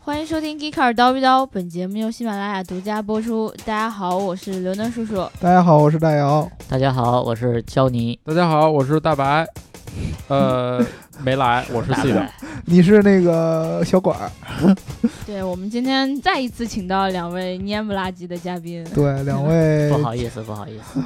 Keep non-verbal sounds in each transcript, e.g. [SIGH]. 欢迎收听《Geeker 叨逼叨》，本节目由喜马拉雅独家播出。大家好，我是刘能叔叔。大家好，我是大姚。大家好，我是焦尼，大家好，我是 [LAUGHS] 大白，呃，没来，我是大 C 的，白你是那个小管儿，对我们今天再一次请到两位蔫不拉几的嘉宾，对，两位不好意思，不好意思，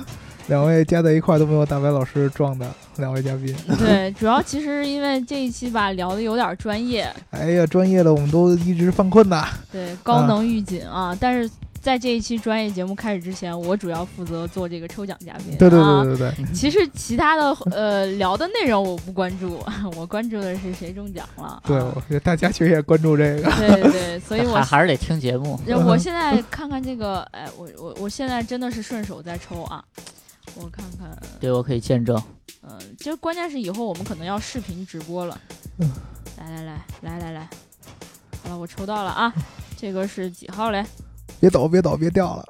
两位加在一块儿都没有大白老师壮的 [LAUGHS] 两位嘉宾。 [LAUGHS] 对，主要其实因为这一期吧聊的有点专业，哎呀，专业的我们都一直犯困 [LAUGHS] 呐。对，高能预警啊！但是在这一期专业节目开始之前，我主要负责做这个抽奖嘉宾。对对啊，对对对，其实其他的呃聊的内容我不关注， [LAUGHS] 我关注的是谁中奖了啊。对，我觉得大家其实也关注 [LAUGHS] 这个。对对对，所以我还还是得听节目。呃嗯我现在看看这个，哎，我我我现在真的是顺手在抽啊，我看看，对我可以见证，哦嗯、这关键是以后我们可能要视频直播了嗯。来来来来来来，好了，我抽到了啊，这个是几号嘞？别走，别走，别掉了。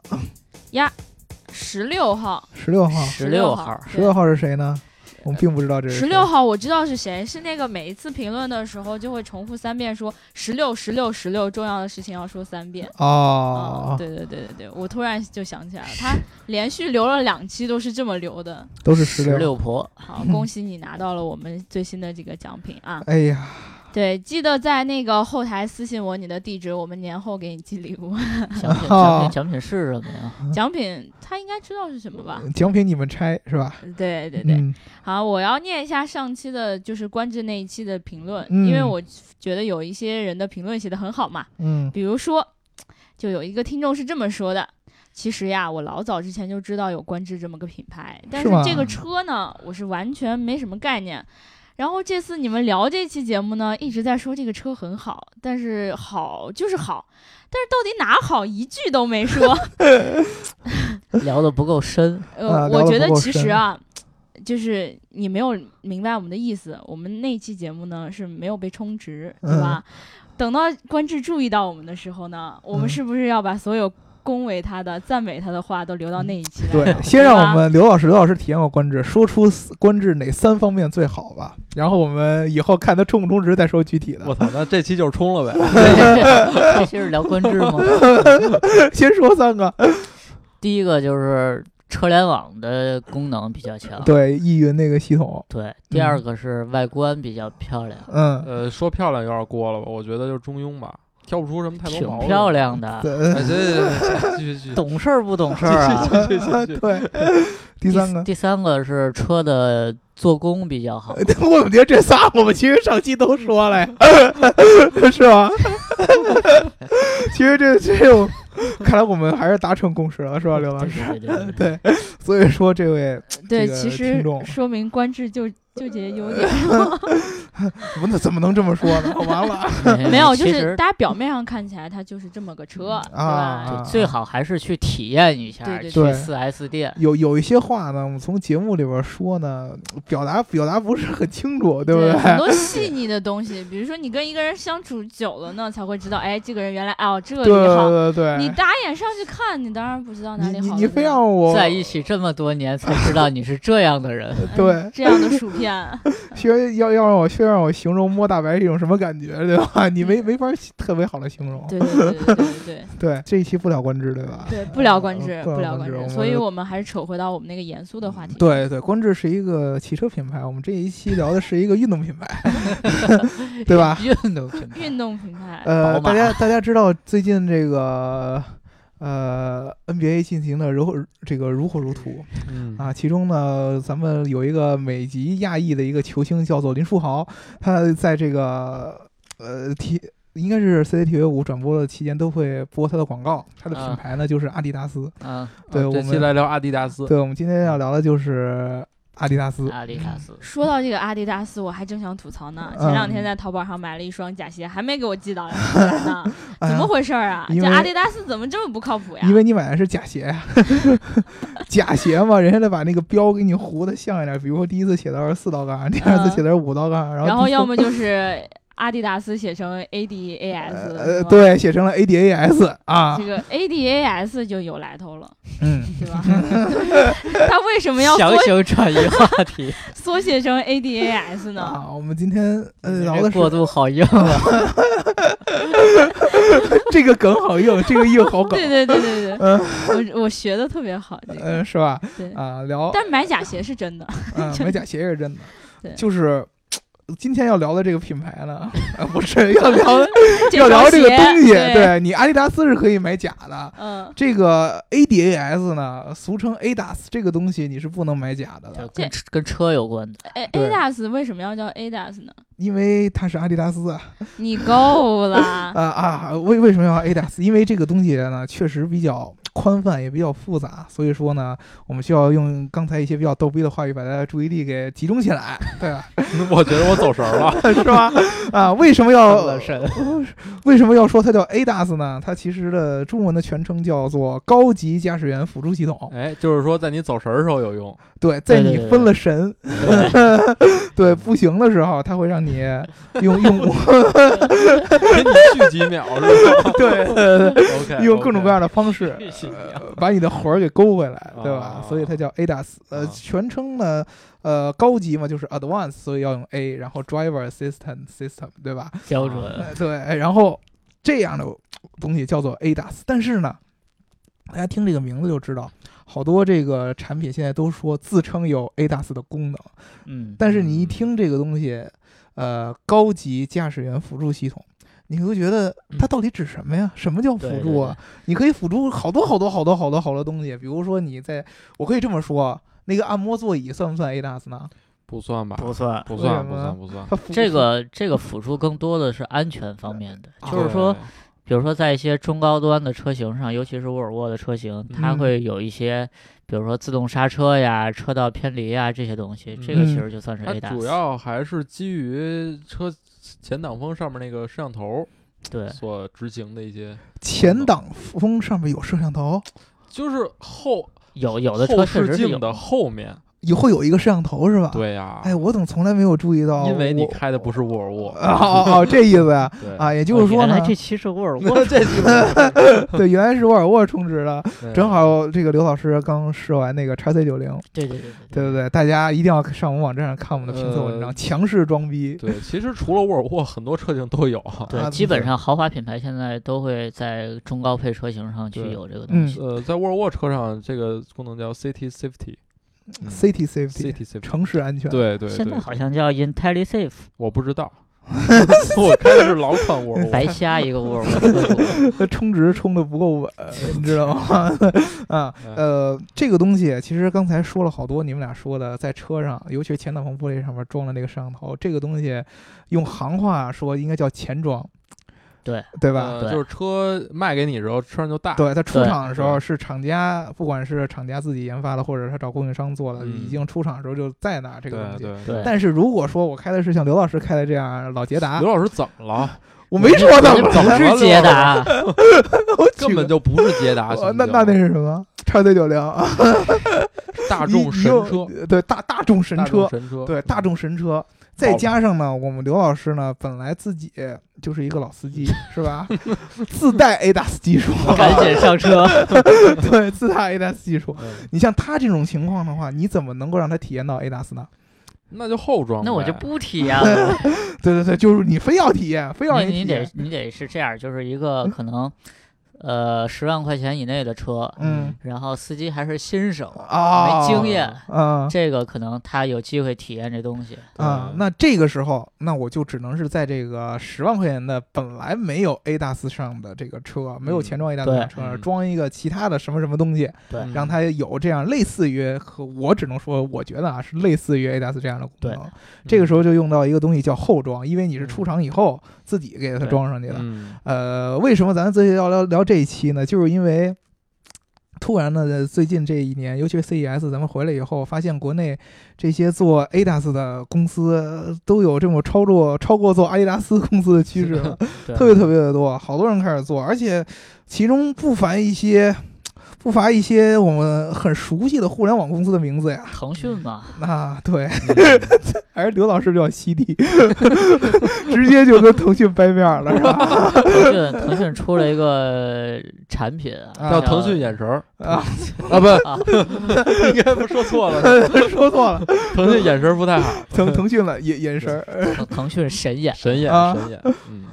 十六号，十六号，十六六号，十六号是谁呢？我们并不知道这是谁十六。号我知道是谁，是那个每一次评论的时候就会重复三遍说十六十六十六，重要的事情要说三遍。啊哦，对对对对对，我突然就想起来了，他连续留了两期都是这么留的。都是十十六。六 [LAUGHS] 婆，好，恭喜你拿到了我们最新的这个奖品 [LAUGHS] 啊！哎呀，对，记得在那个后台私信我你的地址，我们年后给你寄礼 [LAUGHS] 物。奖品奖哦品奖品是什么呀？奖品他应该知道是什么吧？奖品你们拆是吧？对对对，嗯，好，我要念一下上期的，就是关之那一期的评论，嗯因为我觉得有一些人的评论写的很好嘛，嗯比如说，就有一个听众是这么说的。其实呀，我老早之前就知道有观致这么个品牌，但是是吗这个车呢，我是完全没什么概念。然后这次你们聊这期节目呢，一直在说这个车很好，但是好就是好，但是到底哪好一句都没说。聊的不够 [LAUGHS] 深，呃，啊我聊得觉得不够其实深啊，就是你没有明白我们的意思。我们那期节目呢是没有被充值，嗯对吧？等到观致注意到我们的时候呢，我们嗯是不是要把所有恭维他的、赞美他的话都留到那一期来对聊？，先让我吧们刘老师，刘老师体验过官制，说出四官制哪三方面最好吧。然后我们以后看他充不充值再说具体的。我操，那这期就是冲了呗， [LAUGHS] 这些是聊官制吗？ [LAUGHS] 先说三个，第一个就是车联网的功能比较强，对，易云那个系统，对。第二个是外观比较漂亮，嗯，呃，说漂亮有点过了吧，我觉得就中庸吧，挑不出什么太多挺毛病。漂，亮的，对 [LAUGHS] 哎，这继续继续，懂事儿不懂事儿啊？ [LAUGHS] 继续继续继续，对， [LAUGHS] 第三个，哎第三个是车的做工比较好， [LAUGHS] 我怎么觉得这仨我们其实上期都说了呀， [LAUGHS] 是吧？ [LAUGHS] 其实这这种，看来我们还是达成共识了，是吧，刘老师？对对对对对，所以说这位对，这个其实听众说明观致就纠结优点，怎么能怎么能这么说呢？完了，对，没有，就呃其是实大家表面上看起来它就是这么个车，对吧？啊对，最好还是去体验一下，对对去对4 S 店。有有一些话呢，我们从节目里边说呢，表达表达不是很清楚，对不对？ [LAUGHS] 很多细腻的东西，比如说你跟一个人相处久了呢，才会知道，哎，这个人原来哦这 [LAUGHS] 对里好，对对，你打眼上去看，你当然不知道哪你里你好了你非让我在一起这么多年，才知道你是这样的人。嗯对这样的薯 [LAUGHS] 片，学要要让我非让我形容摸大白是一种什么感觉，对吧？ [LAUGHS] 你没没法特别好的形容。嗯对对对对对对 [LAUGHS] 对对这一期不聊官制，对吧？对，不聊官制，呃不不聊聊官官制制，我所以们我们还是扯回到我们那个严肃的话题。对对，观致是一个汽车品牌，我们这一期聊的是一个运动品 [LAUGHS] 牌， [LAUGHS] 对吧？ [LAUGHS] 运动 [LAUGHS] 品牌，运动品牌，呃，宝马大家大家知道最近这个呃 NBA 进行的如火这个如火如荼嗯，啊，其中呢，咱们有一个美籍亚裔的一个球星叫做林书豪，他在这个呃 T 应该是 CCTV 五转播的期间都会播他的广告，他的品啊牌呢就是阿迪达斯。嗯，对啊我这期们来聊阿迪达斯，对，我们今天要聊的就是阿迪达斯。嗯啊阿迪达斯，说到这个阿迪达斯，我还正想吐槽嗯呢。前两天在淘宝上买了一双假鞋，还没给我寄 [LAUGHS] 到来呢，哎怎呀么回事儿啊？因这为阿迪达斯怎么这么不靠谱呀？因为你买的是假 [LAUGHS] 鞋呀，假鞋嘛，人家得把那个标给你糊的像一点，比如说第一次写的是四道杠，第二次写的是五道杠，然啊后然后第要三么就是阿迪达斯写成 A D A 呃 S，呃，对，写成了 A D A S 啊这，个 [LAUGHS] A D A S 就有来头了，嗯，对 [LAUGHS] 吧？ [LAUGHS] 他为什么要强缩行转移话 [LAUGHS] 题，缩写成 A D A 啊 S 呢？嗯啊，我们今天呃你 [LAUGHS] 聊这的过是渡好硬啊！ [LAUGHS] 这个梗好硬，这个硬好梗对，对对对对，我我学的特别好，这嗯，个是吧？对。啊，聊但是买假鞋是真的，嗯，就美甲鞋也是真的 [LAUGHS] 对，就是今天要聊的这个品牌呢， [LAUGHS] 啊不是 [LAUGHS] 要 [LAUGHS] 聊介要聊绍这个鞋东西，对，对你阿迪达斯是可以买假的。嗯，这个 ADAS 呢，俗称 ADAS 这个东西你是不能买假的 [LAUGHS] 就了，跟车跟车有关的。哎 A 对 ADAS 为什么要叫 ADAS 呢？因为它是阿迪达斯啊你够 [LAUGHS] 了，啊啊！为为什么要 ADAS？因为这个东西呢，确实比较宽泛，也比较复杂，所以说呢，我们需要用刚才一些比较逗逼的话语，把大家注意力给集中起来，对吧？ [LAUGHS] 我觉得我走神 [LAUGHS] 儿了。是吧？啊，为什么要乐神 [LAUGHS] 为什么要说它叫 ADAS 呢？它其实的中文的全称叫做高级驾驶员辅助系统。哎，就是说在你走神儿的时候有用。对，在对对你对分了 [LAUGHS] 神，对不行的时候，它会让你用 [LAUGHS] 用给你续几秒是吧 [LAUGHS] 对？OK，用各种各样的方 [LAUGHS] 式续几秒呃把你的魂儿给勾回来，对吧哦啊？所以它叫 ADAS。呃，啊全称呢，呃，高级嘛就是 Advanced，所以要用 A，然后 Driver Assistant System，对吧？标准，呃，对，然后这样的东西叫做 ADAS，但是呢，大家听这个名字就知道，好多这个产品现在都说自称有 ADAS 的功能，嗯，但是你一听这个东西，呃，高级驾驶员辅助系统。你会觉得它到底指什么呀？什么叫辅嗯对对助啊？你可以辅助好多好多好多好多好多东西，比如说你在，我可以这么说，那个按摩座椅算不算 ADAS 呢？不算吧？不算。不为什么算，不算，不算。它辅这个这个辅助更多的是安全方面的，啊就是说对，，比如说在一些中高端的车型上，尤其是沃尔沃的车型，它嗯会有一些，比如说自动刹车呀、车道偏离呀这些东西，这个嗯其实就算是它 A 大。主要还是基于车前挡风上面那个摄像头对，所执行的一些，前挡风上面有摄像头，就是后有有的车后确视实是镜有的后面。也会有一个摄像头是吧？。对呀，啊哎，我怎么从来没有注意到？啊因为你我开的不是沃尔沃哦哦 [LAUGHS] 哦，这意思呀对啊，也就是说哦原呢来，这期是 [LAUGHS] 沃尔沃那这就对，原来是沃尔沃充值的， [LAUGHS] [LAUGHS] 对正好这个刘老师刚试完那个 x C 九零，对对对对对对，大家一定要上我们网站上看我们的评测文章，呃强势装逼，对，其实除了沃尔沃，很多车型都有啊。对啊基本上豪华品牌现在都会在中高配车型上去对有这个东嗯西。呃，在沃尔沃车上，这个功能叫 City Safety，City ，City 嗯 Safety Safety。城市安全，对对现对在，好像叫 [LAUGHS] IntelliSafe，我不知道，我开的是老 [LAUGHS] 款沃尔白沃。瞎一个沃尔沃 [LAUGHS] 车主。他 [LAUGHS] 充值充的不够稳，你知道吗？ [LAUGHS] 啊，哎嗯呃，这个东西其实刚才说了好多，你们俩说的，在车上，尤其是前挡风玻璃上面装了那个摄像头，这个东西用行话说应该叫前装，对对吧？呃，对就是车卖给你的时候，车上就带。对，它出对厂的时候是厂家，不管是厂家自己研发的，或者他找供应商做的，嗯已经出厂的时候就在那这个对东西。对。对，但是如果说我开的是像刘老师开的这样老捷达刘，老师怎么了？ [LAUGHS] 我没说怎么那了，不是捷达，我举根本就不是捷达，个行呃不那行那那是什么？叉 C 九零，大你众 [LAUGHS] 你神又车，对大大众神大众车，神车，对大嗯众神车。再宝加上呢，我们刘老师呢，本来自己就是一个老司机，是吧？ [LAUGHS] 自带 ADAS 技 [LAUGHS] 术， [LAUGHS] 赶紧上车。对，自带 ADAS 技术。嗯你像他这种情况的话，你怎么能够让他体验到 ADAS 呢？那就后装呗。那我就不啊体 [LAUGHS] 验了。对对对，就是你非要体验，非要让你你体得验。你得是这样，就是一嗯个可能，呃，十万块钱以内的车，嗯然后司机还是新手，啊，嗯没经验，啊这个可能他有机会体验这东西。嗯啊，那这个时候，那我就只能是在这个十万块钱的本来没有 A 大四上的这个车，没有前装 A 大四的对车上嗯装一个其他的什么什么东西，对让它有这样类似于和我只能说，我觉得啊是类似于 A 大四这样的功能。这个时候，候就用到一个东西叫后装，因为你是嗯出厂以后自己给它对装上去的。嗯，呃，为什么咱最近要聊聊这一期呢？就是因为突然呢，最近这一年，尤其是 CES，咱们回来以后，发现国内这些做 ADAS 的公司呃都有这种超过超过做阿迪达斯公司的趋势了，对特别特别的多，好多人开始做，而且其中不乏一些。不乏一些我们很熟悉的互联网公司的名字呀。腾 [LAUGHS] 讯嘛，那对，嗯 [LAUGHS] 还是刘老师比较犀利， [LAUGHS] 直接就跟腾讯掰面了， [LAUGHS] 是吧？腾讯腾讯出了一个产品啊，啊叫腾讯眼神儿 [LAUGHS] 啊，啊，不，啊，应该不说 [LAUGHS] 错了，说错了，腾讯眼神儿不太好，腾腾讯了，眼眼神儿，腾腾讯神眼，神眼啊神眼，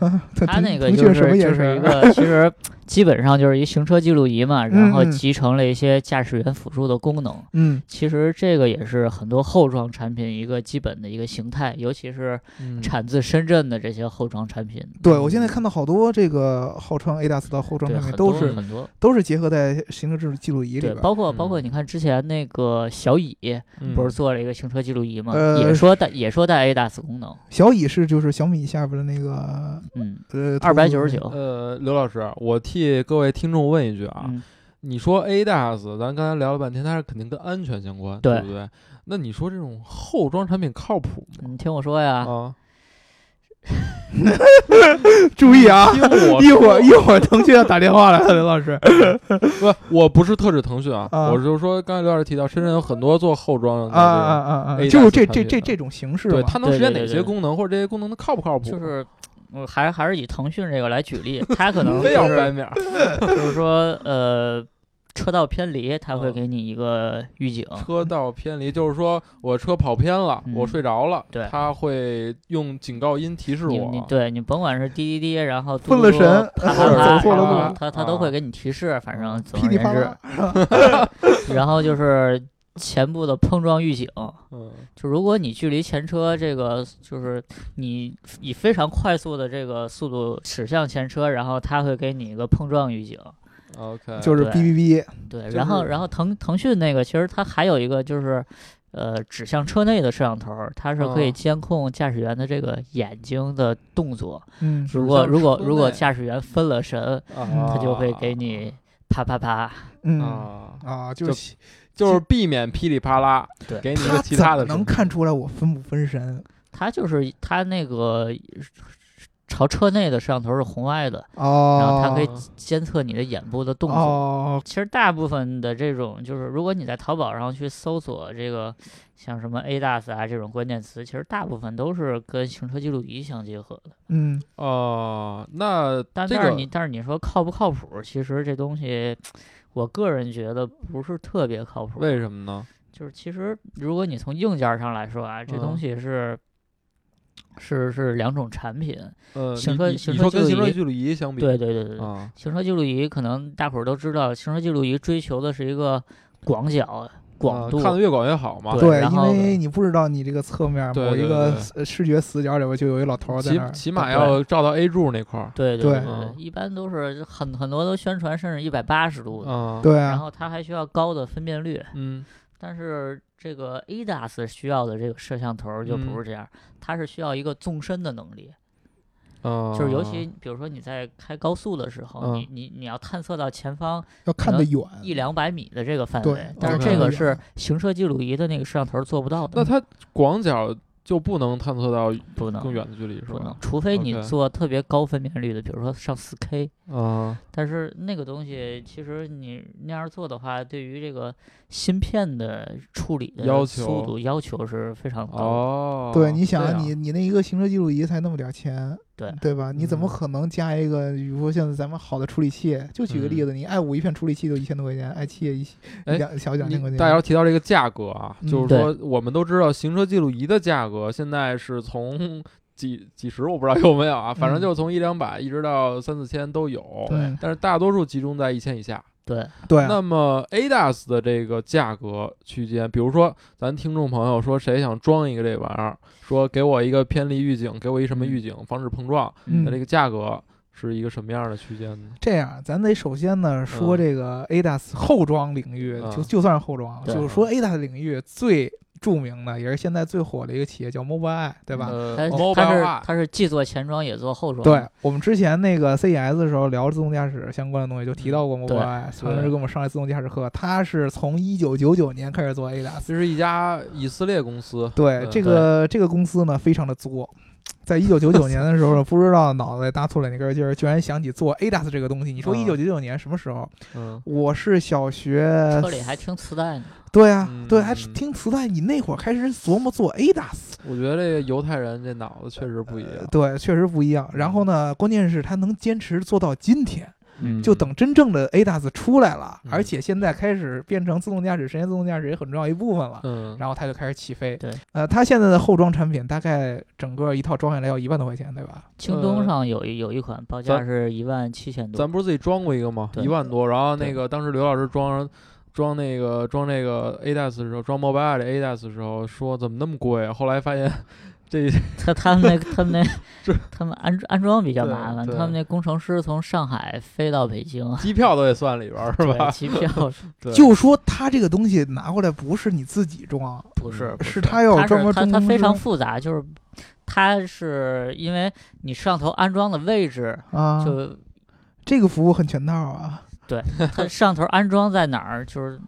嗯， [LAUGHS] 腾它那个腾就讯什么是就眼是一神儿？啊 [LAUGHS] 个，其实基本上就是一行车记录仪嘛，然后嗯嗯集成了一些驾驶员辅助的功能。嗯其实这个也是很多后装产品一个基本的一个形态，尤其是 [LAUGHS] 嗯产自深圳的这些后装产品，对，我现在看到好多这个号称 ADAS 的后装嗯对产品很都多是很多，都是结合在行车记录记录仪里对，边儿，包括包括嗯你看之前那个小蚁嗯不是做了一个行车记录仪嘛，呃也说带也说带 ADAS 功能，小蚁是就是小米下边的那个嗯，呃二百九十啊九，呃，刘老师，我替各位听众问一句呃啊，嗯，你说 ADAS，咱刚才聊了半天，它是肯定跟安全相关，对不对？那你说这种后装产品靠谱吗？你听我说哦呀，啊，注意啊！听 [LAUGHS] 我一会儿说嗯一会儿腾讯要打电话来了，刘老 [LAUGHS] 师。不，我不是特指腾讯啊，啊我是说刚才刘老师提到深圳有很多做后装的啊啊啊啊！ ADAS 就是这这产品这的这种形式这种对嘛它能对实现对对哪些对功能，或者这些功能它靠不靠谱？就是我还还是以腾讯这个来举 [LAUGHS] 例，它可能就非要掰是 [LAUGHS] 面儿，就是说呃车道偏离，它会哦嗯给你一个预警，车道偏离，就是说我车跑偏了，嗯我睡着了，对它会用警告音提示你我你。对你甭管是滴滴滴，然后嘟分嘟了嘟神 [LAUGHS] 啪啪或者啪，走错了然后路它它啊都会给你提示，反正总噼而里啪言啦之，， [LAUGHS] 然后就是前部的碰撞预警。嗯就如果你距离前车这个，就是你以非常快速的这个速度驶向前车，然后它会给你一个碰撞预警。 ，OK，就是对哔哔哔，对，就然后是然后腾腾讯那个其实它还有一个就是，呃，指向车内的摄像头儿，它是可以嗯监控驾驶员的这个眼睛的动作。嗯，如果向如果车如果内驾驶员分了神，啊它就会给哦你啪啪啪。嗯啊，啊，就就是就是避免噼里啪啦，对给你一他个其怎他么的能声看出来我分不分神它就是它那个朝车内的摄像头是红外的，然后哦？它可以哦监测你的眼部的动作。哦，其实大部分的这种，就是如果你在淘宝上去搜索这个，像什么 ADAS 啊这种关键词，其实大部分都是跟行车记录仪相结合的。嗯，哦，那但这但是个你但是你说靠不靠谱？其实这东西，我个人觉得不是特别靠谱。为什么呢？就是其实如果你从硬件上来说啊，这嗯东西是。是是两种产品，呃，行你车你行你车说跟记行录车仪记录仪相比，对对对对对，啊，行车记录仪可能大伙儿都知道，行车记录仪追求的是一个广角、广啊度，看得越广越好嘛。对对，然因后为你不知道你这个侧面对某对一个对呃视觉死角里边就有一老头儿在那儿起，起码对要照到 A 柱那块儿，对对对嗯一般都是很很多都宣传甚至一百八十度的，嗯，对然啊，后它还需要高的分辨率，嗯，但是这个 ADAS 需要的这个摄像头就嗯不是这样，它是需要一个纵深的能力，嗯，就是尤其比如说你在开高速的时候，嗯你你你要探测到前方要看得远，一两百米的这个范对围，但是嗯这看个得是远行车记录仪的那个摄像头做不到的，那它广角就不能探测到不更能。远的距离是不能吧？，除非你 OK 做特别高分辨率的，比如说上四 K，嗯，但是那个东西，其实你那样做的话，对于这个芯片的处理的要速求度要求是非常高的。哦，对，你这想啊样你你那一个行车记录仪才那么点儿钱，对对吧？你怎么嗯可能加一个，比如说现在咱们好的处理器，就举个例嗯子，你 i 五一片处理器就一千多块钱，i 七也一哎两小两千块你钱，大姚提到这个价格啊，嗯就是说我们都知道行车记录仪的价格现在是从几几十，我不知道有没有啊，反正嗯就是从一两百一直到三四千都有，嗯但是大多数集中在一千以下。对，对啊，那么 ADAS 的这个价格区间，比如说咱听众朋友说谁想装一个这玩意儿，说给我一个偏离预警，给我一什么预警，防止碰撞，嗯那这个价格是一个什么样的区间呢？这样，咱得首先呢说嗯这个 ADAS 后装领域，嗯就就算是后装，对就是说 ADAS 领域最著名的，也是现在最火的一个企业叫 Mobileye，对吧？呃它是它，Mobile 是 Eye，它是既做前装也做后嗯装。对，我们之前那个 CES 的时候聊自动驾驶相关的东西，就提到过哎 Mobileye，嗯对当时给我们上了自动驾驶课，它是从一九九九年开始做 ADAS，这是一家以色列公司。对嗯这个这个公司呢非常的作，在一九九九年的时 [LAUGHS] 候，不知道脑袋搭错了哪根筋儿，居然想起做 ADAS 这个东西。你说嗯一九九九年什么时候？嗯，我是小学，呃车里还听磁带呢，对啊，对，嗯还听磁带。你那会儿开始琢磨做 ADAS，我觉得这个犹太人这脑子确实不一样。对，确实不一样。然后呢，关键是他能坚持做到今天，嗯就等真正的 ADAS 出来了，嗯而且现在开始变成自动驾驶、神经自动驾驶也很重要一部分了。嗯，然后它就开始起飞。对，呃，它现在的后装产品大概整个一套装下来要一万多块钱，对吧？京东上有一有一款报价是一万七千多呃咱，不是自己装过一个吗？对一万多，然后那对个当时刘老师装装那个装那个 ADAS 的时候，装 Mobile 的 ADAS 的时候说怎么那么贵啊？后来发现这他他们那他 [LAUGHS] 们这那他们安安装比较麻烦，对对他们那工程师从上海飞到北京，机票都得算里边儿是吧对？机 [LAUGHS] 票对，就说它这个东西拿过来不是你自己装，不是不是它有它专门是它中它公非常司复杂，就是它是因为你摄像头安装的位置，啊，就这个服务很全套啊。它摄像头安装在哪儿，就是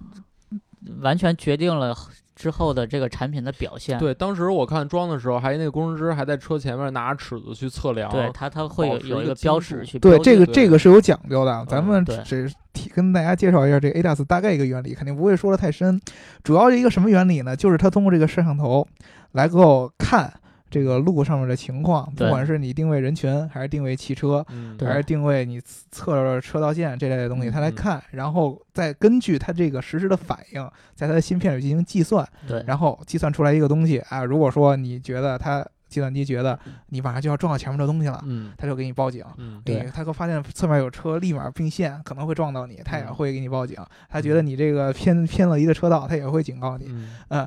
完全决定了之后的这个产品的表现。对，当时我看装的时候，还那个工程师还在车前面拿着尺子去测量。对，它它会保有持有一一个个精标度志去对，标这个记这个是有讲究的，咱们对只提跟大家介绍一下这个 ADAS 大概一个原理，肯定不会说的太深。主要一个什么原理呢？就是它通过这个摄像头来够看。这个路上面的情况，不对管是你定位人群，还是定位汽车，嗯，对还是定位你测测车道线这类的东西，嗯它来看，然后再根据它这个实时的反应，在它的芯片里进行计算，对然后计算出来一个东西啊。如果说你觉得它计算机觉得你马上就要撞到前面的东西了，嗯它就给你报警。嗯，对你它会发现侧面有车，立马并线，可能会撞到你，它也嗯会给你报警。它觉得你这个偏偏了一个车道，它也会警告你。嗯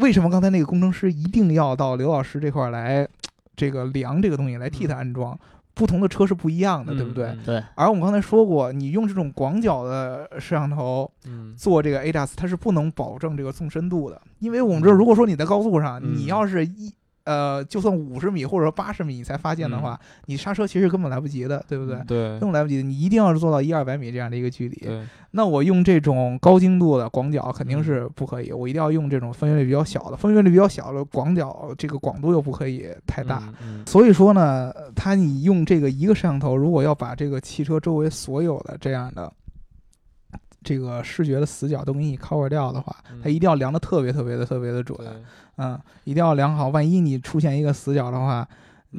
为什么刚才那个工程师一定要到刘老师这块儿来，这个量这个东西来嗯替他安装？不同的车是不一样的，对不对？？对而我们刚才说过，你用这种广角的摄像头嗯，做这个 ADAS，它是不能保证这个纵深度的，因为我们知道，如果说你在高速上，嗯你要是一呃，就算五十米或者说八十米你才发现的话，你刹车其实根本来不及的，对不对？嗯对根本来不及，你一定要是做到一二百米这样的一个距离。对，那我用这种高精度的广角肯定嗯是不可以，我一定要用这种分辨率比较小的，分辨率比较小的广角，这个广度又不可以太大。嗯，所以说呢，它你用这个一个摄像头，如果要把这个汽车周围所有的这样的这个视觉的死角都给你 cover 掉的话，嗯它一定要量的特别特别的特别的准，嗯嗯，一定要量好。万一你出现一个死角的话，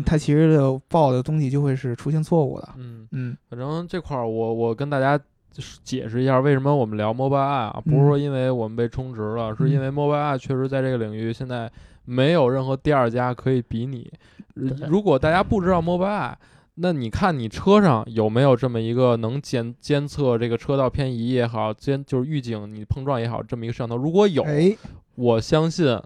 它其实的报的东西就会是出现错误的对，嗯，嗯反正这块儿我我跟大家就是解释一下，为什么我们聊 Mobile Eye 啊，不是嗯说因为我们被充值了，是因为 Mobile Eye 确实在这个领域现在没有任何第二家可以比拟。对如果大家不知道 Mobile Eye，那你看你车上有没有这么一个能监监测这个车道偏移也好，监就是预警你碰撞也好，这么一个摄像头？如果有，哎，我相信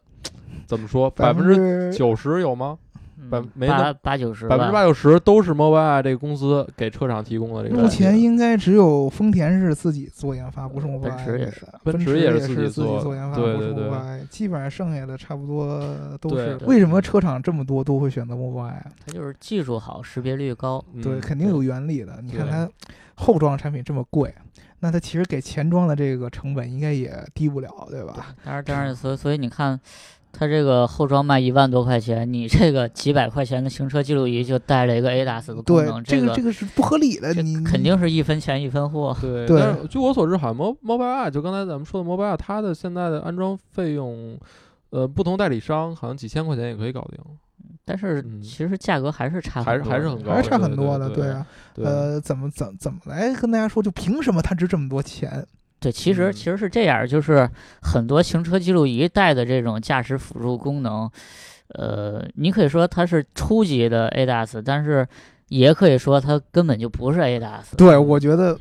怎么说，百百分之之九十有吗？嗯百没那八八九十百分之八九十都是 Mobile Eye 这个公司给车厂提供的这个目软件。前应该只有丰田是自己做研发，不是 Mobile 奔驰 Eye 也的是奔奔驰驰也也是自己自己做做研发，对不是对对 Mobile Eye。基本上剩下的差不多都对是。对为什么车厂这么多都会选择 Mobile Eye？它就是技术好，识别率高，嗯对，肯定有原理的。你看对它后装产品这么贵，那它其实给前装的这个成本应该也低不了，对吧？但是但是所以所以你看，它这个后装卖一万多块钱，你这个几百块钱的行车记录仪就带了一个 ADAS 的功对，能，这个这个是不合理的。这哎你肯定是一分钱一分货。对，对但是据我所知，好像 Mo Mobile Eye 就刚才咱们说的 Mobile Eye，它的现在的安装费用，呃，不同代理商好像几千块钱也可以搞定，但是嗯其实价格还是差还是多还是的很高还是差很多的，对对对啊。对，呃，怎么怎怎么来跟大家说？就凭什么它值这么多钱？对，其实嗯其实是这样，就是很多行车记录仪带的这种驾驶辅助功能，呃，你可以说它是初级的 ADAS，但是也可以说它根本就不是 ADAS。对，我觉得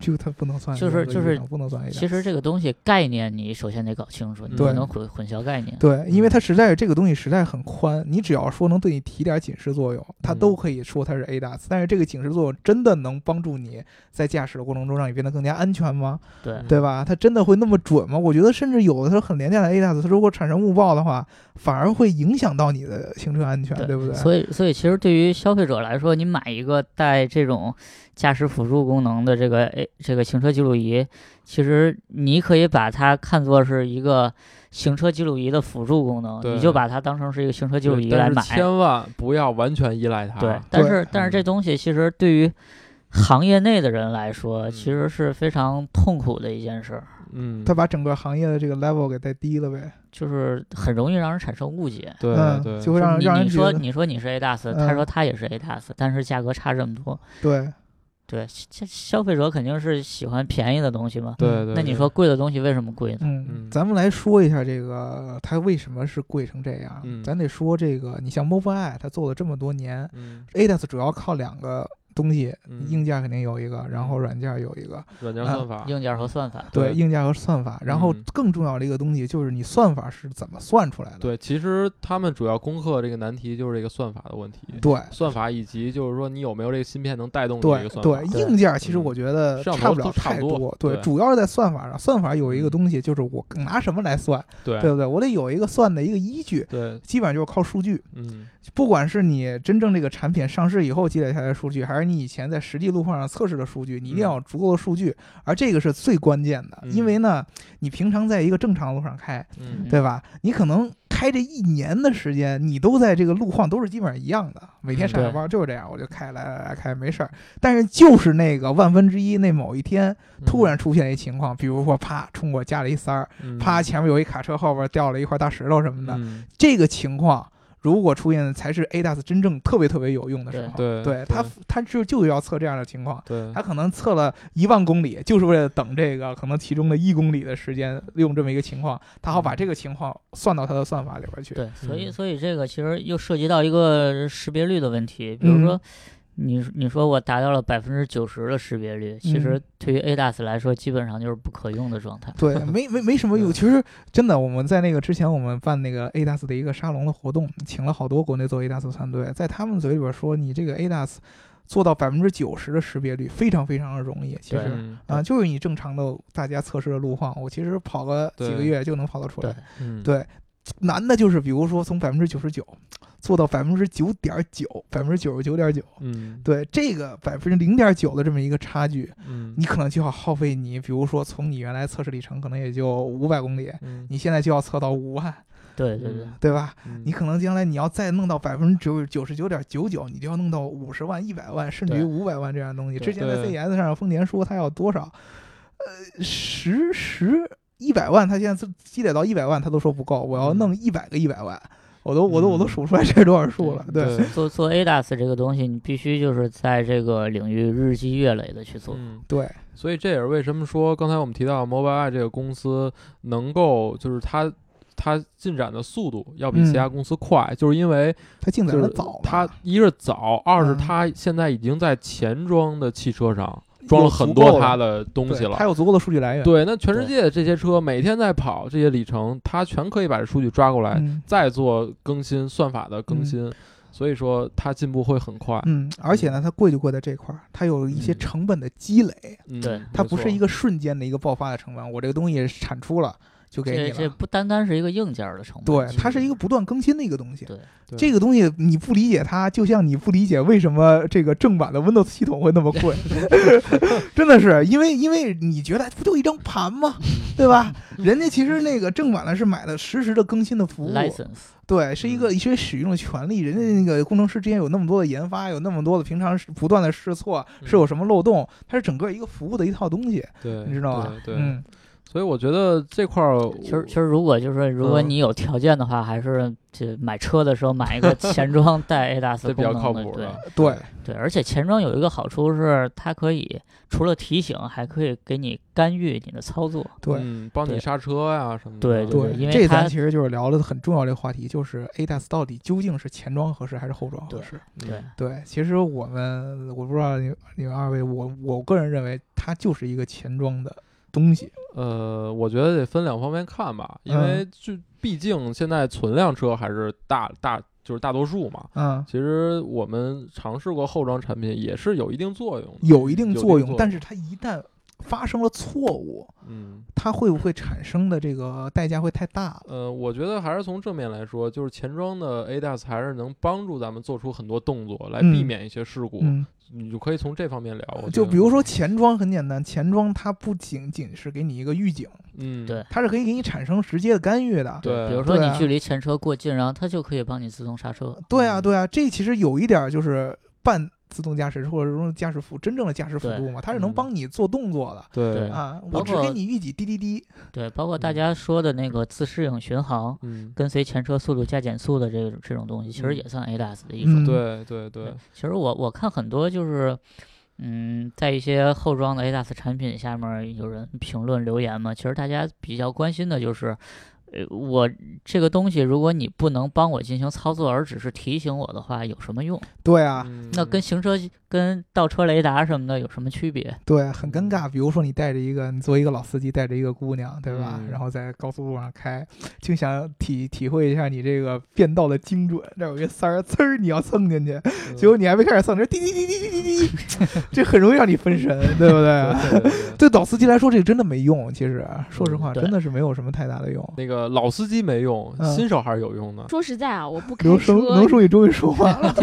就它不能算就任何是一个，就是不能算 A 其实这个东西概念你首先得搞清楚，你不对能混混淆概念。对，因为它实在这个东西实在很宽，你只要说能对你提点警示作用，它嗯都可以说它是 ADAS。但是这个警示作用真的能帮助你在驾驶的过程中让你变得更加安全吗？对对吧？它真的会那么准吗？我觉得甚至有的它很廉价的 ADAS，它如果产生误报的话，反而会影响到你的行车安全，对不对？所以，所以其实对于消费者来说，你买一个带这种驾驶辅助功能的这个诶这个行车记录仪，其实你可以把它看作是一个行车记录仪的辅助功能，对你就把它当成是一个行车记录仪对来但是买。千万啊嗯不要完全依赖它。对，但对是但是这东西其实对于行业内的人来说，其实是非常痛苦的一件事，嗯，他把整个行业的这个 level 给带低了呗。就是很容易让人产生误解。对嗯对，就会让你让人你觉说得嗯你说你是 A 大 S，、他说他也是 A 大 S，但是价格差这么多，对对，消消费者肯定是喜欢便宜的东西嘛。对对。那你对说，贵的东西为什么贵呢？嗯嗯，咱们来说一下这个它为什么是贵成这样。嗯咱得说这个，你像 Mobileye，它做了这么多年嗯， ，ADAS 主要靠两个东西，嗯硬件肯定有一个，然后软件有一个，软件啊算法，硬件和算法。对，对硬件和算法。然后嗯更重要的一个东西就是你算法是怎么算出来的。对，其实他们主要攻克这个难题就是这个算法的问题，对算法以及就是说你有没有这个芯片能带动你这对个算法。对，对硬件其实嗯我觉得摄像差头不了都差太不多对，对主要是在算法上。算法有一个嗯东西就是我拿什么来算，对对不对？我得有一个算的一个依据，对，基本上就是靠数据。嗯，不管是你真正这个产品上市以后积累下来的数据，还是你以前在实际路况上测试的数据，你一定要有足够的数据，而这个是最关键的。嗯因为呢，你平常在一个正常路上开，嗯对吧？你可能开这一年的时间，你都在这个路况都是基本上一样的，每天嗯上下班就是这样，我就开来来来开没事儿。但是就是那个万分之一那某一天，嗯嗯突然出现一情况，比如说啪冲我加了一三儿，嗯啪前面有一卡车，后边掉了一块大石头什么的，嗯这个情况如果出现，才是 ADAS 真正特别特别有用的时候。对对它对它就就要测这样的情况。对它可能测了一万公里，就是为了等这个可能其中的一公里的时间，用这么一个情况，它好把这个情况算到它的算法里边去。对，所以嗯所以这个其实又涉及到一个识别率的问题，比如说。嗯你你说我达到了百分之九十的识别率，其实嗯对于 ADAS 来说，基本上就是不可用的状态。对，没没没什么用。对其实真的，我们在那个之前，我们办那个 ADAS 的一个沙龙的活动，请了好多国内做 ADAS 的团队，在他们嘴里边说，你这个 ADAS 做到百分之九十的识别率，非常非常的容易。其对实，嗯啊，就是你正常的大家测试的路况，我其实跑个几个对月就能跑得出来。对嗯对，难的就是比如说从百分之九十九做到百分之九点九，百分之九十九点九，嗯对这个百分之零点九的这么一个差距，嗯你可能就要耗费你，比如说从你原来测试里程可能也就五百公里，嗯你现在就要测到五万，对对对，对吧？嗯你可能将来你要再弄到百分之九九十九点九九，你就要弄到五十万、一百万，甚至于对五百万这样的东西。对之前在对 CES 上，丰田说它要多少？呃，十十一百万，他现在自积累到一百万，他都说不够，我要嗯弄一百个一百万，我都我都我都嗯数不出来这是多少数了。对对做做 ADAS 这个东西，你必须就是在这个领域日积月累的去做。嗯，对所以这也是为什么说刚才我们提到 Mobileye 这个公司能够就是它。它进展的速度要比嗯其他公司快，就是因为他进展就的是早吧，它一是早，二是嗯它现在已经在前装的汽车上装了很多有足够它的的东西对了它。有足够的数据来源。对，那全世对界这些车每天在跑这些里程，它全可以把这数据抓过来，嗯再做更新算法的更新，所以说它进步会很快。嗯，而且呢，它贵就贵在这块儿，它有一些嗯成本的积累，嗯，对它不是一个瞬间的一个爆发的成本。我这个东西产出了就给你这了，这不单单是一个硬件的成本，对，其实它是一个不断更新的一个东西。对对这个东西你不理解它，就像你不理解为什么这个正版的 Windows 系统会那么贵， [LAUGHS] 真的是因为因为你觉得不就一张盘吗，对吧？人家其实那个正版的是买的实时的更新的服务， license。对，是一个一些使用的权利。人家那个工程师之间有那么多的研发，有那么多的平常是不断的试错，嗯是有什么漏洞，它是整个一个服务的一套东西，对，你知道吧？对，对嗯，所以我觉得这块儿，其实其实如果就是如果嗯你有条件的话，还是就买车的时候买一 [LAUGHS] 个前装带 ADAS 这比功较能靠的谱对的。对，对，而且前装有一个好处是，它可以除了提醒，还可以给你干预你的操作。对。嗯，帮你对刹车呀什么的。对对，因为这咱它其实就是聊的很重要的一个话题，就是 ADAS 到底究竟是前装合适还是后装合适？嗯对，对，其实我们我不知道你你们二位，我我个人认为它就是一个前装的东西。呃，我觉得得分两方面看吧，因为嗯就毕竟现在存量车还是大大就是大多数嘛。嗯，其实我们尝试过后装产品，也是有一定作用的。有一定有一定作作用，但用是它一旦发生了错误，嗯。它会不会产生的这个代价会太大了？呃，我觉得还是从正面来说，就是钱庄的 ADAS 还是能帮助咱们做出很多动作来避嗯免一些事故，嗯，你就可以从这方面聊。我觉就得比如，说钱庄很简单，钱庄它不仅仅是给你一个预警，嗯，对它是可以给你产生直接的干预的。对比如说对你啊距离前车过近，然后它就可以帮你自动刹车。对啊，嗯对啊，这其实有一点儿就是半自动驾驶或者说驾驶辅真正的驾驶辅对助嘛，它是能嗯帮你做动作的。对对啊，包我只括给你预警滴滴滴，对，包括大嗯家说的那个自适应巡航，嗯，跟随前车速度加减速的这种这种东西，其实也嗯算 ADAS 的一嗯种。对对对对，其实我我看很多就是，嗯，在一些后装的 ADAS 产品下面有人评论留言嘛，其实大家比较关心的就是，呃，我这个东西如果你不能帮我进行操作，而只是提醒我的话，有什么用？对啊，嗯那跟行车跟倒车雷达什么的有什么区别？对，很尴尬。比如说你带着一个，你作为一个老司机带着一个姑娘，对吧？嗯然后在高速路上开，就想体体会一下你这个变道的精准。这有一个塞儿，呲儿你要蹭进去，嗯结果你还没开始蹭，这滴滴滴滴滴滴滴，这很容易让你分神，对不对？对对对对啊对老司机来说，这个真的没用。其实说实话，嗯对真的是没有什么太大的用。那个老司机没用，嗯新手还是有 [LAUGHS] 用的。说实在啊，我不开刘车叔，，刘叔，你终于说 [LAUGHS] 话了。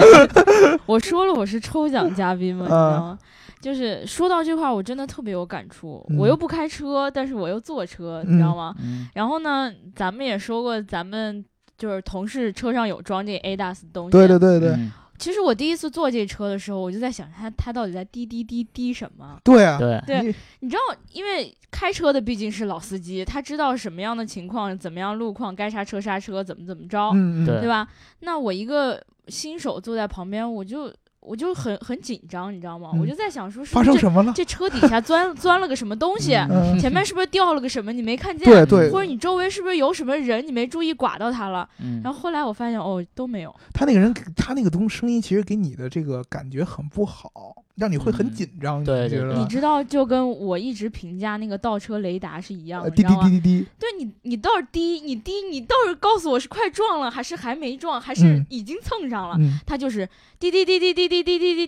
我说了我是抽奖嘉宾嘛，你知啊道吗？就是说到这块儿，我真的特别有感触。嗯我又不开车，但是我又坐车，嗯你知道吗？嗯，然后呢，咱们也说过，咱们就是同事车上有装这 ADAS 的东西。啊对对对对嗯其实我第一次坐这车的时候，我就在想，它它到底在滴滴滴滴什么？对啊，对，对你你知道，因为开车的毕竟是老司机，他知道什么样的情况、怎么样路况该刹车刹车，怎么怎么着，嗯，嗯对对吧？那我一个新手坐在旁边，我就我就很很紧张，你知道吗？嗯我就在想说，是不发是生什么了？这这车底下钻钻了个什么东西？嗯前面是不是掉了个什么？你没看见？对对，或者你周围是不是有什么人？你没注意刮到他了？嗯，然后后来我发现，哦，都没有。他那个人，他那个东声音，其实给你的这个感觉很不好，让你会很嗯紧张，对你觉对得对你吧？知道，就跟我一直评价那个倒车雷达是一样呃的，你知滴道滴吗？滴滴滴，对你，你倒是滴，你滴，你倒是告诉我是快撞了，还是还没撞，还是嗯已经蹭上了？嗯，它就是滴滴滴滴滴滴滴滴滴滴滴滴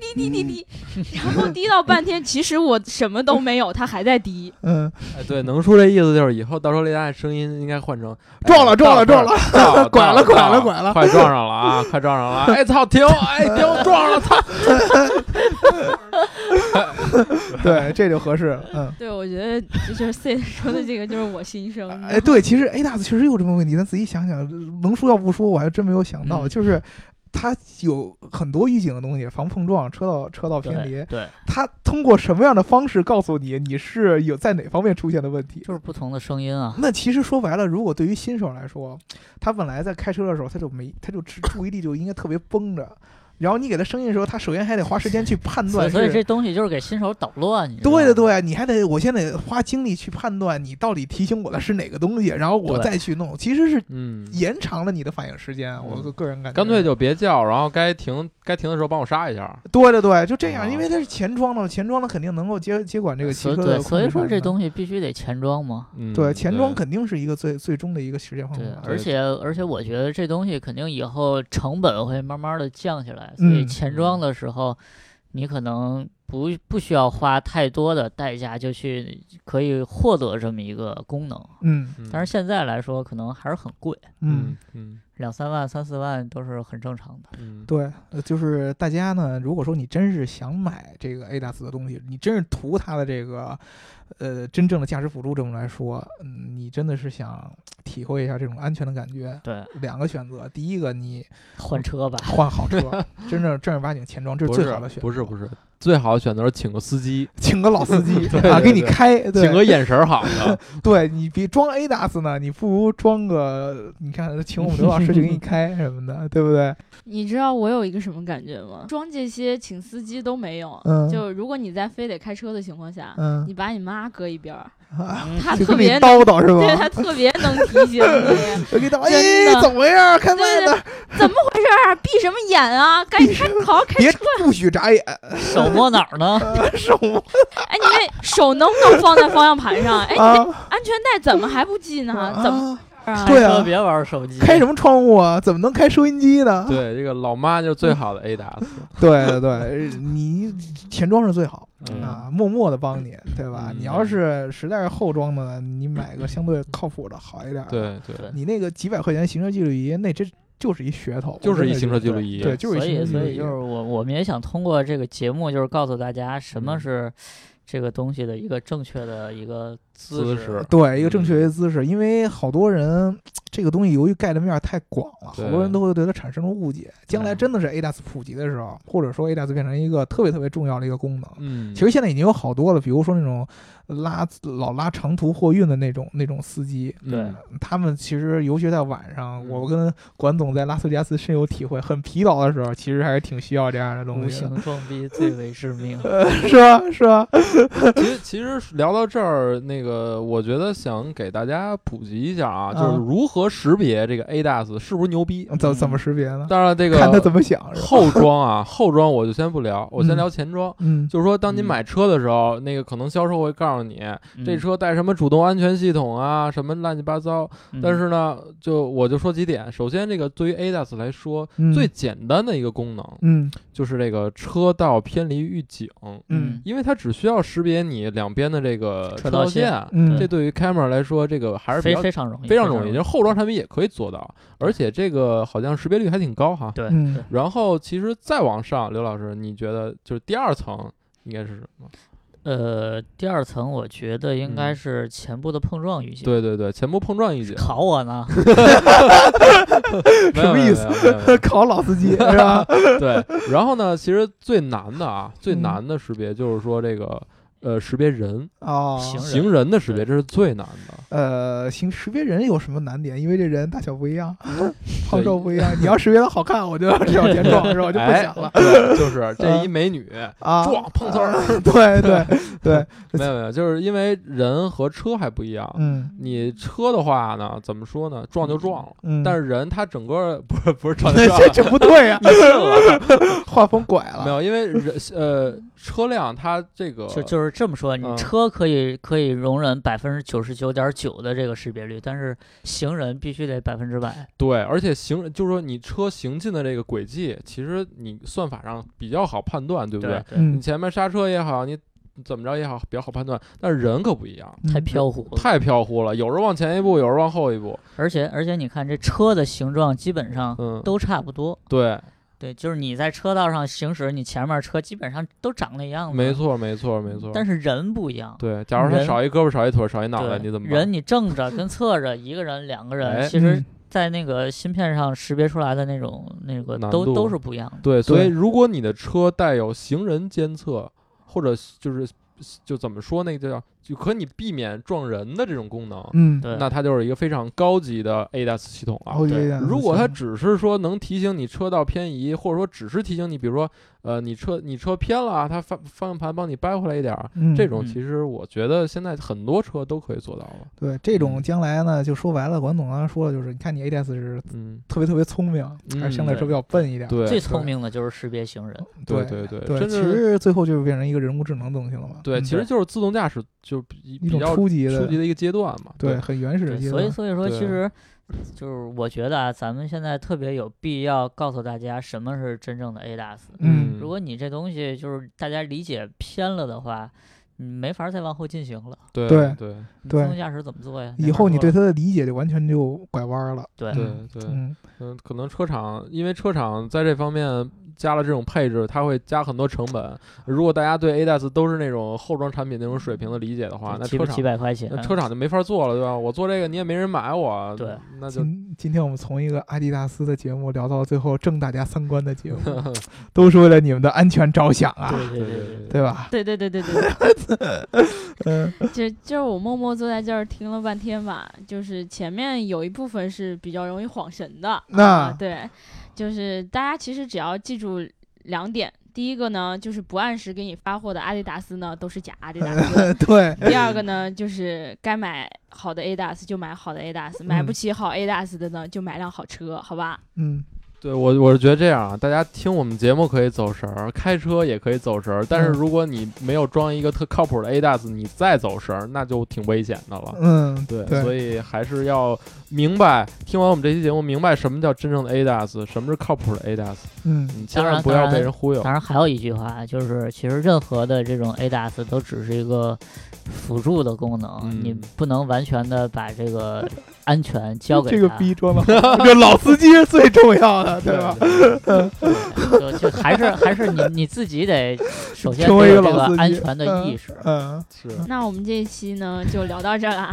滴滴滴滴嗯滴，然后滴到半天，其实我什么都没有，它还在滴。嗯，哎，对，能说这意思就是以后到时候雷达的声音应该换成撞了哎撞了到这儿到了 [LAUGHS] 拐了到拐了到拐了快撞上了啊，快撞上 [LAUGHS] 了！哎操，停！哎停，撞了！操！对，这就合适了， [LAUGHS] 嗯。 [LAUGHS] 对，我觉得就是 C 说的这个就是我心声。哎，对，其实 A 大确实有这么个问题，咱仔细想想，能说要不说，我还真没有想到，嗯就是它有很多预警的东西，防碰撞、车道车道偏离对，对，它通过什么样的方式告诉你你是有在哪方面出现的问题？就是不同的声音啊。那其实说白了，如果对于新手来说，他本来在开车的时候他就没，他就只注意力就应该特别绷着，然后你给他声音的时候，他首先还得花时间去判所断以所以是这。东西就是给新手捣乱，你知道吗嗯对的，对的，你还得，我先得花精力去判断你到底提醒我的是哪个东西，然后我对再去弄，其实是嗯，延长了你的反应时间。嗯我个人感觉，干脆就别叫，然后该停该停的时候帮我刹一下。对对对，就这样，啊因为它是前装的嘛，前装的肯定能够接接管这个汽所车以的控对，制所以说盘这的东西必须得前装嘛。嗯，对前装肯定是一个最最终的一个实现方对法，。而对且而且我觉得这东西肯定以后成本会慢慢的降下来，所以嗯前装的时候，你可能不不需要花太多的代价就去可以获得这么一个功能。嗯嗯，但是现在来说，可能还是很贵，嗯嗯，嗯两三万、三四万都是很正常的。嗯，对，呃就是大家呢，如果说你真是想买这个 ADAS 的东西，你真是图它的这个，呃，真正的驾驶辅助这么来说，嗯，你真的是想体会一下这种安全的感觉。对，两个选择，第一个你换车吧。 [LAUGHS] 换好 [LAUGHS] 车，真正正儿八经钱庄，这是嗯不最是好的选择。不是不是，最好的选择是请个司机，请个老司机 [LAUGHS] 对啊，对给你对开，请对个眼神儿好 [LAUGHS] 的。对，你别装 ADAS 呢，你不如装个，你看，请我们刘老师去给你开什么的，对不对？你知道我有一个什么感觉吗？装这些请司机都没用。嗯就如果你在非得开车的情况下，嗯你，把你妈搁一边儿，啊嗯她就特跟你别叨叨是吧？对她特别能提醒你。我给他真哎，的怎么回事儿？开对对麦呢？怎么回事儿？闭什么眼啊？该 [LAUGHS] 开好好开别车。不许眨眼，手摸哪儿呢？呃手哎，你 [LAUGHS] 那手能不能放在方向盘上？哎，你啊安全带怎么还不系呢？怎么？啊！啊，对啊车别玩手机，开什么窗户啊？怎么能开收音机呢？ [LAUGHS] 对，这个老妈就是最好的 ADAS， [LAUGHS] 对对对，你前装是最好嗯啊，默默的帮你，对吧？嗯你要是实在是后装的，你买个相对靠谱的好一点。，对对，对你那个几百块钱行车记录仪，那真就是一噱头，就是我真一的行车记觉得录仪，对，就是一所以行车记所录以仪就。是我我们也想通过这个节目，就是告诉大家什么嗯是这个东西的一个正确的一个姿姿势，对，一嗯个正确的姿势，因为好多人这个东西由于盖的面儿太广了，好多人对都会对它产生了误解。将来对真的是 ADAS 普及的时候，或者说 ADAS 变成一个特别特别重要的一个功能，嗯，其实现在已经有好多了，比如说那种拉老拉长途货运的那种那种司机，嗯他们其实尤其在晚上，嗯我跟管总在拉斯维加斯深有体会，很疲劳的时候，其实还是挺需要这样的东无西的，形 [LAUGHS] 装逼最为致命。是吧？是啊吧？其实其实聊到这儿，那个我觉得想给大家普及一下啊，就是啊如何识别这个 ADAS 是不是牛逼。怎怎么识别呢？当 [LAUGHS] 然，这个看他怎么想，是吧？后装啊，后装我就先不聊，我先嗯聊前装。嗯，就是说，当你嗯买车的时候，那个可能销售会告诉你，这嗯车带什么主动安全系统啊，什么乱七八糟。嗯嗯但是呢，就我就说几点。首先，这个对于 ADAS 来说，嗯最简单的一个功能嗯就是这个车道偏离预警，嗯因为它只需要识别你两边的这个车车道道线线。嗯这对于 Camera 来说，这个还是比非较非常容易，非常容易，就易。是后装产品也可以做到，而且这个好像识别率还挺高哈。对，嗯对然后其实再往上，刘老师，你觉得就是第二层应该是什么？呃，第二层我觉得应该嗯是前部的碰撞预警。，对对对，前部碰撞 [LAUGHS] 预警，考我 [LAUGHS] 呢？什么意？没有没有没有没有没有 [LAUGHS] 考老司 [LAUGHS] 机是吧？对，然后呢，其实最难的啊，最嗯难的识别就是说这个呃识别人哦，行人行人的识别，对这是最难的。呃，行，识别人有什么难点？因为这人大小不一样，胖对瘦不一样。你要识别他好看，我就要知道 [LAUGHS] 健壮是吧？我就不 [LAUGHS] 哎想了、对就是这嗯一美女啊。撞碰瓷儿， [LAUGHS] 对 [LAUGHS] 对对，没有没有，就是因为人和车还不一样。嗯你车的话呢，怎么说呢？撞就撞了，嗯， [LAUGHS] 但是人他整个不是 [LAUGHS] 不是撞就撞这了，这不对 [LAUGHS] 啊，你是了，画风拐没了。有，因为人呃车辆它这个就就是这么说，你嗯车可以可以容忍百分之九十九点九的这个识别率，但是行人必须得百分之百。对，而且行就是说你车行进的这个轨迹，其实你算法上比较好判断，对不对？对，你嗯，前面刹车也好，你怎么着也好，比较好判断，但是人可不一样。太嗯飘忽了。太飘忽了，有时候往前一步，有时候往后一步。而且而且你看这车的形状基本上嗯，都差不多。对，对，就是你在车道上行驶，你前面车基本上都长那样子。没，错，没错，没错。嗯但是人不一样。对，假如他人少一胳膊、少一腿、少一脑对，袋，你怎么办？人你正着跟侧着，一个人、两个人，哎其实嗯，在那个芯片上识别出来的那种那个难都度都是不一样的。对，所对以如果你的车带有行人监测，或者就是就怎么说那个叫就可你避免撞人的这种功能，嗯，对，那它就是一个非常高级的 ADAS 系统了。哦对这样如果它子只是说能提醒你车道偏移，或者说只是提醒你，比如说呃你车你车偏了啊，它方方向盘帮你掰回来一点儿，嗯这种嗯其实我觉得现在很多车都可以做到了。对这种将来呢，就说白了，管总刚才说的就是，你看你 ADS 是嗯嗯，特别特别聪明，还是相对来说比较笨一点。对最聪明的就是识别行人。对对对对，真其是实最后就是变成一个人工智能东西了嘛。对，嗯其实就是自动驾驶就比一比种较初初级的，级的一个阶段嘛。对，很原始的对阶所以段。所以说，其对实就是我觉得啊，咱们现在特别有必要告诉大家什么是真正的 ADAS。嗯如果你这东西就是大家理解偏了的话，你没法再往后进行了。对对对你对自动驾驶怎么做呀？以后你对对它的理解就完全就拐弯了。对对嗯对，嗯，嗯，可能车厂因为车厂在这方面加了这种配置，它会加很多成本。如果大家对 ADAS 都是那种后装产品那种水平的理解的话，那几车几厂百块钱那，车厂就没法做了，对吧？我做这个你也没人买我，对，那就今今天我们从一个阿迪达斯的节目聊到最后正大家三观的节目，都是为了你们的安全着想啊，对对对对。对对吧？对对对对对，嗯就就是我默默坐在这儿听了半天吧，就是前面有一部分是比较容易晃神的，那，啊，对，就是大家其实只要记住两点，第一个呢就是不按时给你发货的阿迪达斯呢都是假阿迪达斯对， [LAUGHS] 第二个呢就是该买好的 ADAS 就买好的 ADAS，买不嗯起好 ADAS 的呢就买辆好车，好吧？嗯，对我我是觉得这样啊，大家听我们节目可以走神儿，开车也可以走神儿，但是嗯如果你没有装一个特靠谱的 ADAS，你再走神儿，那就挺危险的了。嗯，对，对所以还是要明白，听完我们这期节目，明白什么叫真正的 ADAS，什么是靠谱的 ADAS，嗯你千当万然不当要然被人忽悠当。然还有一句话，就是其实任何的这种 ADAS 都只是一个辅助的功能，嗯你不能完全的把这个安全交给这个 [LAUGHS] 它逼装的，这老司机是最重要的，对吧？ [LAUGHS] 就就还是还是你你自己得 [LAUGHS] 首先成为得一有个这老个司机安全的意识。嗯，是，那我们这一期呢就聊到这儿 [LAUGHS] 啦，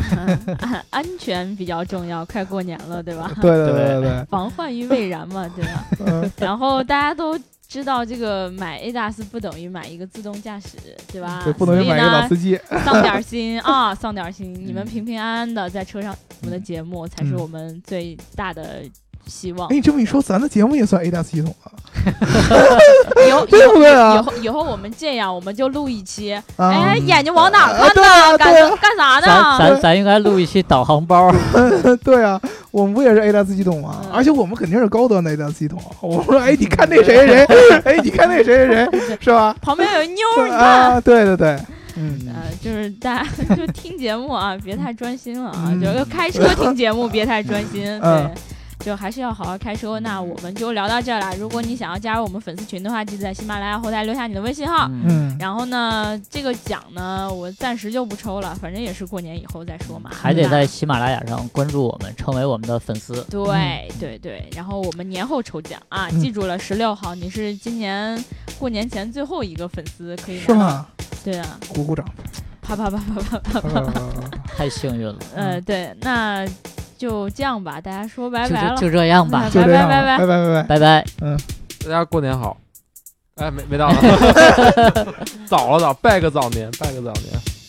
安安全比较重要，快过年了，对吧？对对对对，防患于未然嘛，对 [LAUGHS] 吧？嗯，然后大家都知道，这个买 ADAS 不等于买一个自动驾驶，对吧？嗯对，不能买一个老啊所司机，以哎呢， [LAUGHS] 丧点儿心啊，丧点儿心，你们嗯平平安安的在车上，我们的节目才嗯是我们最大的希望哎，。你这么一说，咱的节目也算 ADAS 系统了以后啊对不对啊以后以后我们这样，我们就录一期，啊！哎，眼睛往哪儿啊看对啊呢？干对啊啥干啥咱呢？嗯咱咱应该录一期导航包， [LAUGHS] 对啊，我们不也是 ADAS 系统吗？嗯而且我们肯定是高端的 ADAS 系统。 [LAUGHS] 我说，哎，你看那谁谁谁， [LAUGHS] 哎，你看那谁谁 [LAUGHS] 谁，是吧？旁边有妞儿，你看。啊，对对对，嗯，呃，就是 [LAUGHS] 大家就听节目啊，别太专心了啊，嗯就是开车听节目别太专心，对嗯。就还是要好好开车。那我们就聊到这儿了。如果你想要加入我们粉丝群的话，记得在喜马拉雅后台留下你的微信号。嗯，嗯，然后呢，这个奖呢，我暂时就不抽了，反正也是过年以后再说嘛。嗯还对得吧在喜马拉雅上关注我们，成为我们的粉丝。对对对，然后我们年后抽奖啊，嗯记住了，十六号你是今年过年前最后一个粉丝，可以拿是到？吗？对啊，[LAUGHS] 鼓鼓掌。 [LAUGHS] 啪啪啪啪啪啪。呃太幸运了，嗯呃，对，那就这样吧，大家说拜就拜了就。就这样吧嗯，就这样拜吧，拜拜拜拜拜。拜拜。大家过年 [LAUGHS] 好。哎，没没到呢，早了早，拜个早年，拜个早年。